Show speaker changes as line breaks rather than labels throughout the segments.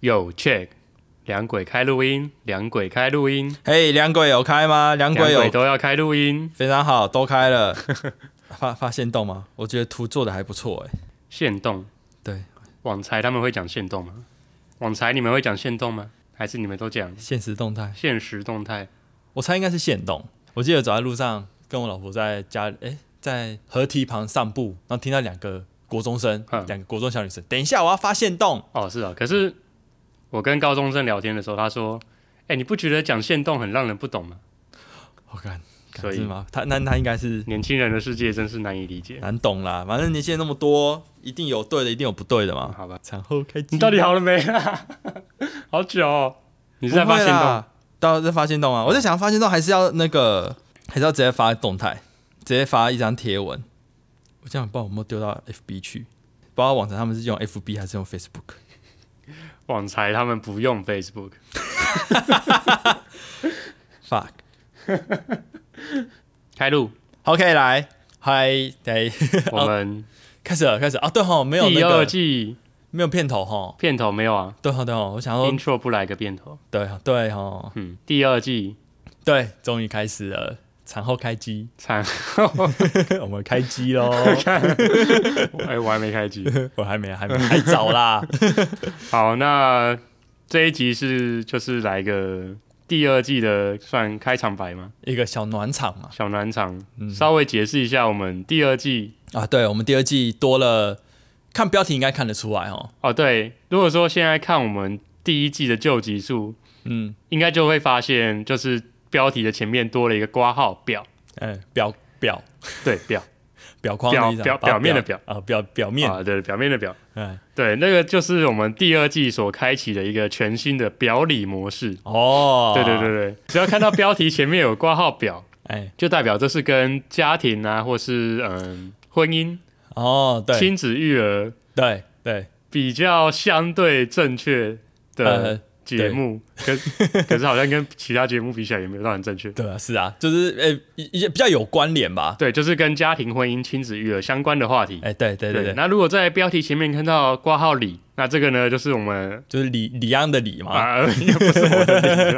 有 check，两轨开录音，两轨开录音，
嘿，两轨哎有开吗？两
两
轨有
轨，都要开录音。
非常好，都开 了。发发现洞吗？我觉得图做的还不错哎、
限动，
对，
网才他们会讲限动吗？网才你们会讲限动吗？还是你们都讲
现实动态，
现实动态？
我猜应该是现动。我记得走在路上，跟我老婆在家，哎、在河堤旁散步，然后听到两个国中生
嗯，
两个国中小女生，等一下我要发现洞。
哦，是啊。可是我跟高中生聊天的时候，他说：“哎、你不觉得讲限动很让人不懂吗？
我看，哦干
所以
真的吗？他那那应该是
年轻人的世界真是难以理解。
难懂啦，反正年轻人那么多，一定有对的，一定有不对的
嗯”
嘛。
好吧，
产后哦开机，
你到底好了没 啊？好久、哦，你是在发现哦
不会
动？
啦？到在发现动啊！我在想发现动还是要那个，还是要直接发动态，直接发一张贴文。我这样不知道有没有丢到 FB 去，不知道网站他们是用 FB 还是用 Facebook。
网才他们不用 Facebook，
Fuck。
开录，
OK，来，嗨，来，
我们
开始了，开始啊！对哦吼，没有
第
那
二
个，
季
没有片头吼。
片头没有啊
对吼，对吼，我想说，
？Intro 不来个片头，
对吼对吼，
嗯，第二季
对，终于开始了，产后开机，
惨，
我们开机 喽！
哎、我还没开机。
我还没，还没，还早啦。
好，那这一集是就是来个第二季的算开场白吗？
一个小暖场嘛，
小暖场，
嗯
稍微解释一下我们第二季
啊，对，我们第二季多了，看标题应该看得出来哦。
哦。对，如果说现在看我们第一季的旧集数，
嗯，
应该就会发现就是标题的前面多了一个挂号表，
哎、表表
对表
表框
表
的意思啊
表
把
表面的表
啊，表表面，
啊，对表面的表。
哎、
对，那个就是我们第二季所开启的一个全新的表里模式。
哦，
对对对，对，只要看到标题前面有挂号 表，
哎、
就代表这是跟家庭啊，或是嗯婚姻、
哦，对
亲子育儿
对对，
比较相对正确的
呃，
节目。 可可是好像跟其他节目比起来，也没有到很正确。
对啊，是啊，就是哎，也、比较有关联吧。
对，就是跟家庭、婚姻、亲子育儿相关的话题。
哎、对对对对，
那如果在标题前面看到挂号里，那这个呢，就是我们
就是李李安的李嘛，
啊， 也不是我的理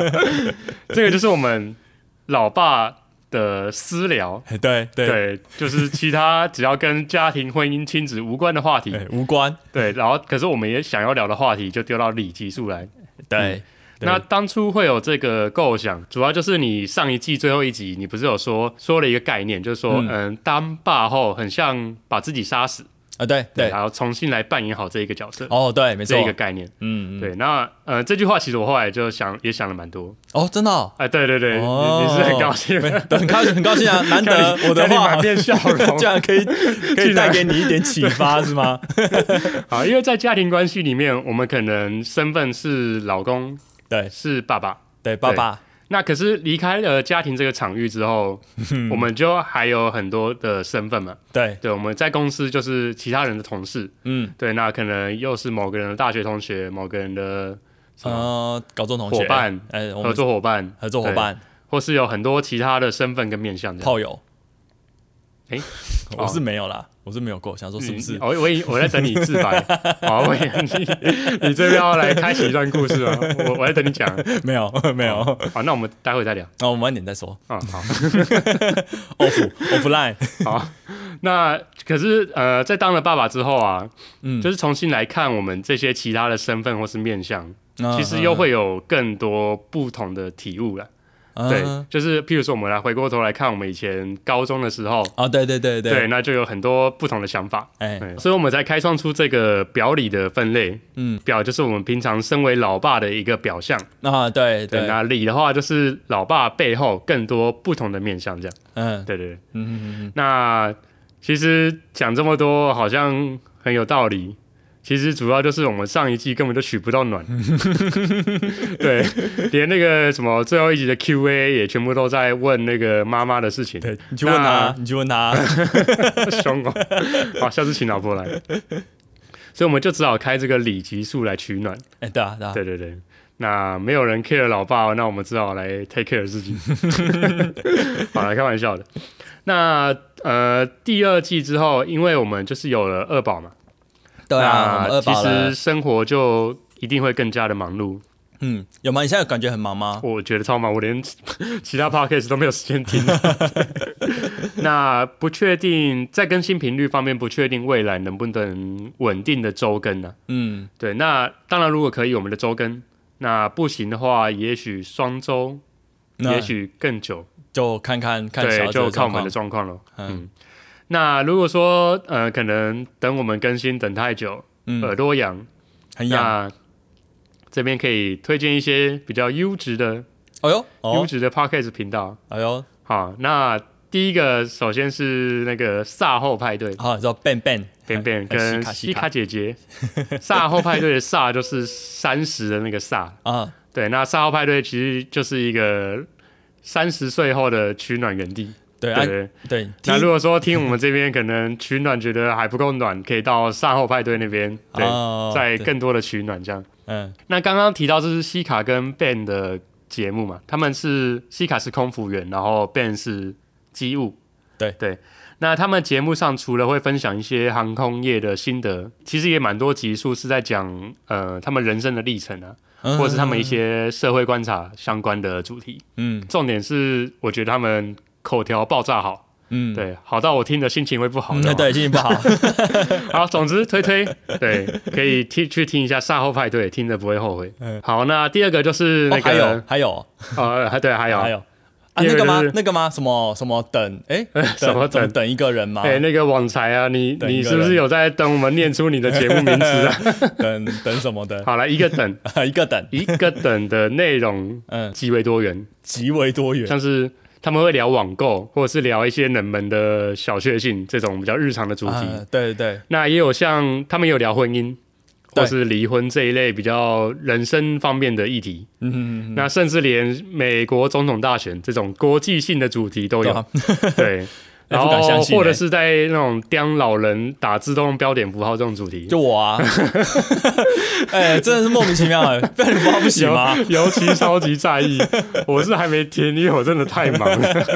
由 这个就是我们老爸的私聊。
哎、对对对，
对，就是其他只要跟家庭、婚姻、亲子无关的话题，
哎无关，
对。然后，可是我们也想要聊的话题，就丢到里脊数来。
对，对
那当初会有这个构想，主要就是你上一季最后一集，你不是有说说了一个概念，就是说，嗯
嗯
当爸后很像把自己杀死，
啊对对，
然后重新来扮演好这一个角色，
哦对，没错
这一，个概念。
嗯嗯，
对，那呃，这句话其实我后来就想也想了蛮多，
哦真的、哦，
哎，对对对，
哦
你你是很高兴吗，
没对很高兴很高兴啊，难得
看你
我的
看你
话
满面笑容
这。样可 以可
竟
以
然
带给你一点启 发是吗？
好，因为在家庭关系里面，我们可能身份是老公，
对
是爸爸。
对，爸爸，
那可是离开了家庭这个场域之 后，我们就还有很多的身份嘛。
对，
对，我们在公司就是其他人的同事，
嗯，
对，那可能又是某个人的大学同学，某个人的什么
呃，高中同学
伙伴，
呃，
合
我们
作伙伴，
合作伙伴、
或是有很多其他的身份跟面向的。
炮友，
诶哦 嗯
我是没有啦，我是没有过，想说是不
你
是？
我哦我以我在等你自白。好，我以为你你这边要来开启一段故事啊，我我在等你讲。
没有 没有，
好，那我们待会再聊。
那我们晚点再说。
嗯，好。
off offline，
好，那可是呃，在当了爸爸之后啊，
嗯
就是重新来看我们这些其他的身份或是面相，
嗯
其实又会有更多不同的体悟了。对
嗯，
就是譬如说，我们来回过头来看我们以前高中的时候，
哦，对对对
对，，那就有很多不同的想法。
哎，
对，所以我们才开创出这个表里的分类。
嗯，
表就是我们平常身为老爸的一个表象，
啊，对
对，
对，嗯
那里的话就是老爸背后更多不同的面相，这样。
嗯
对对对。
嗯嗯，
那其实讲这么多好像很有道理，其实主要就是我们上一季根本就取不到 暖，对，连那个什么最后一集的 Q&A 也全部都在问那个妈妈的事情，
对你去问他，你去 问他，
凶哦，好，下次请老婆来，所以我们就只好开这个里脊数来取暖，
哎，对啊对啊，
对对对。那没有人 care 老爸、哦，那我们只好来 take care 自 己。好了，开玩笑的。那呃，第二季之后，因为我们就是有了二宝嘛，
对啊，我们
那
二
其
宝
实
了，
生活就一定会更加的忙碌。
嗯，有吗？你现在有感觉很忙吗？
我觉得超忙，我连其他 podcast 都没有时间听。 那不确定在更新频率方面，不确定未来能不能稳定的周更呢、
嗯，
对，那当然如果可以，我们的周更；那不行的话，也许双周，
那
也许更久。
就看看看小
对，
孩子
就
的
看我
状
们
况
的。状况了。
嗯
嗯，那如果说呃，可能等我们更新等太久，
嗯，
耳朵痒，
很痒。
那这边可以推荐一些比较优质的、
哎呦，
优
哦，
质的 podcast 频道。
哎呦，
好，那第一个首先是那个赛后派 对，
好，你知道 Ben Ben
便便
还有
跟
西卡
西
西
卡
卡
姐姐， 赛后派对的赛就是三十的那个赛，
啊，
对，那赛后派对其实就是一个三十岁后的取暖园地，对
对啊
不，对。
对，
那
听
如果说听我们这边可能取暖觉得还不够暖，可以到善后派对那边，对，
哦
再
对
更多的取暖这样。
嗯
那刚刚提到这是西卡跟 Ben 的节目嘛，他们是西卡是空服员，然后 Ben 是机务，
对
对。那他们节目上除了会分享一些航空业的心得，其实也蛮多集数是在讲呃他们人生的历程啊，
嗯，
或者是他们一些社会观察相关的主题。
嗯
重点是我觉得他们口条爆炸好。
嗯，
对，好到我听的心情会不好
嗯，
的、
那对，心情 不好。
好，总之推推， 对，可以听去听一下赛后派对，听着不会后悔。
嗯
好，那第二个就是那
哦还有
个，
还有
呃，还对，还有，
还有啊，
第二
那
个
个吗
就是？
那个吗？什么什么等？哎，
什么
怎
等
等一个人吗？
哎、那个网才啊，你
等
你
一个
是不是
人
有在等我们念出你的节目名字啊？
等等什么 的？
好了，一个等，
一个等，
一个等的内容
嗯，
极为多元，
极为多元。
像是。他们会聊网购，或者是聊一些冷门的小确幸这种比较日常的主题。
啊，对对对，
那也有像他们有聊婚姻或
对
是离婚这一类比较人生方面的议题，
嗯，
那甚至连美国总统大选这种国际性的主题都
对
有
啊，
对。
哎
然
不
后
敢相信
或者
哎
是在那种当老人打自动标点符号这种主题，
就我啊， 哎，真的是莫名其妙哎，被人包不行
尤
吗？
尤其超级在 意。我是还没听，因为我真的太忙了，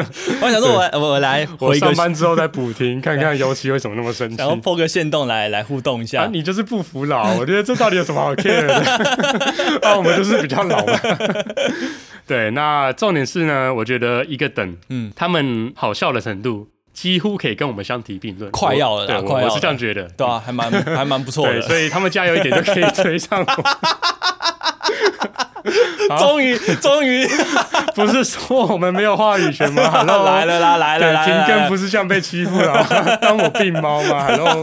我想说我，我我来
我
回一个
上，班之后再补听，看看尤其为什么那么生气
然。后破个线洞来来互动一
啊
下，。
你就是不服老， 我觉得这到底有什么好 care 的？ 啊，我们就是比较老嘛。对，那重点是呢，我觉得一个等，
嗯
嗯，他们好笑的程度几乎可以跟我们相提并论，
快要了啦
我对，
快
我
要了
我是这样觉得。
对啊，还蛮还蛮不错
对，
的。
所以他们加油一点就可以追上 我。好
终于终于
不是说我们没有话语权 吗？Hello，
来了啦，哎来了
对，
来了
停
来
更
了
不，是像被欺负了， 当我病猫吗？Hello，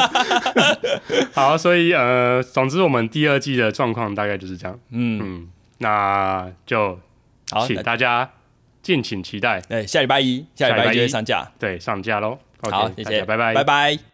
好，所以呃，总之我们第二季的状况大概就是这样。
嗯，
嗯，那就
好，
请
那
大家敬请期待，
哎，下礼拜一，下礼
下礼
拜
拜
一就会
一
上架。
对，上架喽。
好，
OK，
谢
大
谢，
家拜拜，
拜拜。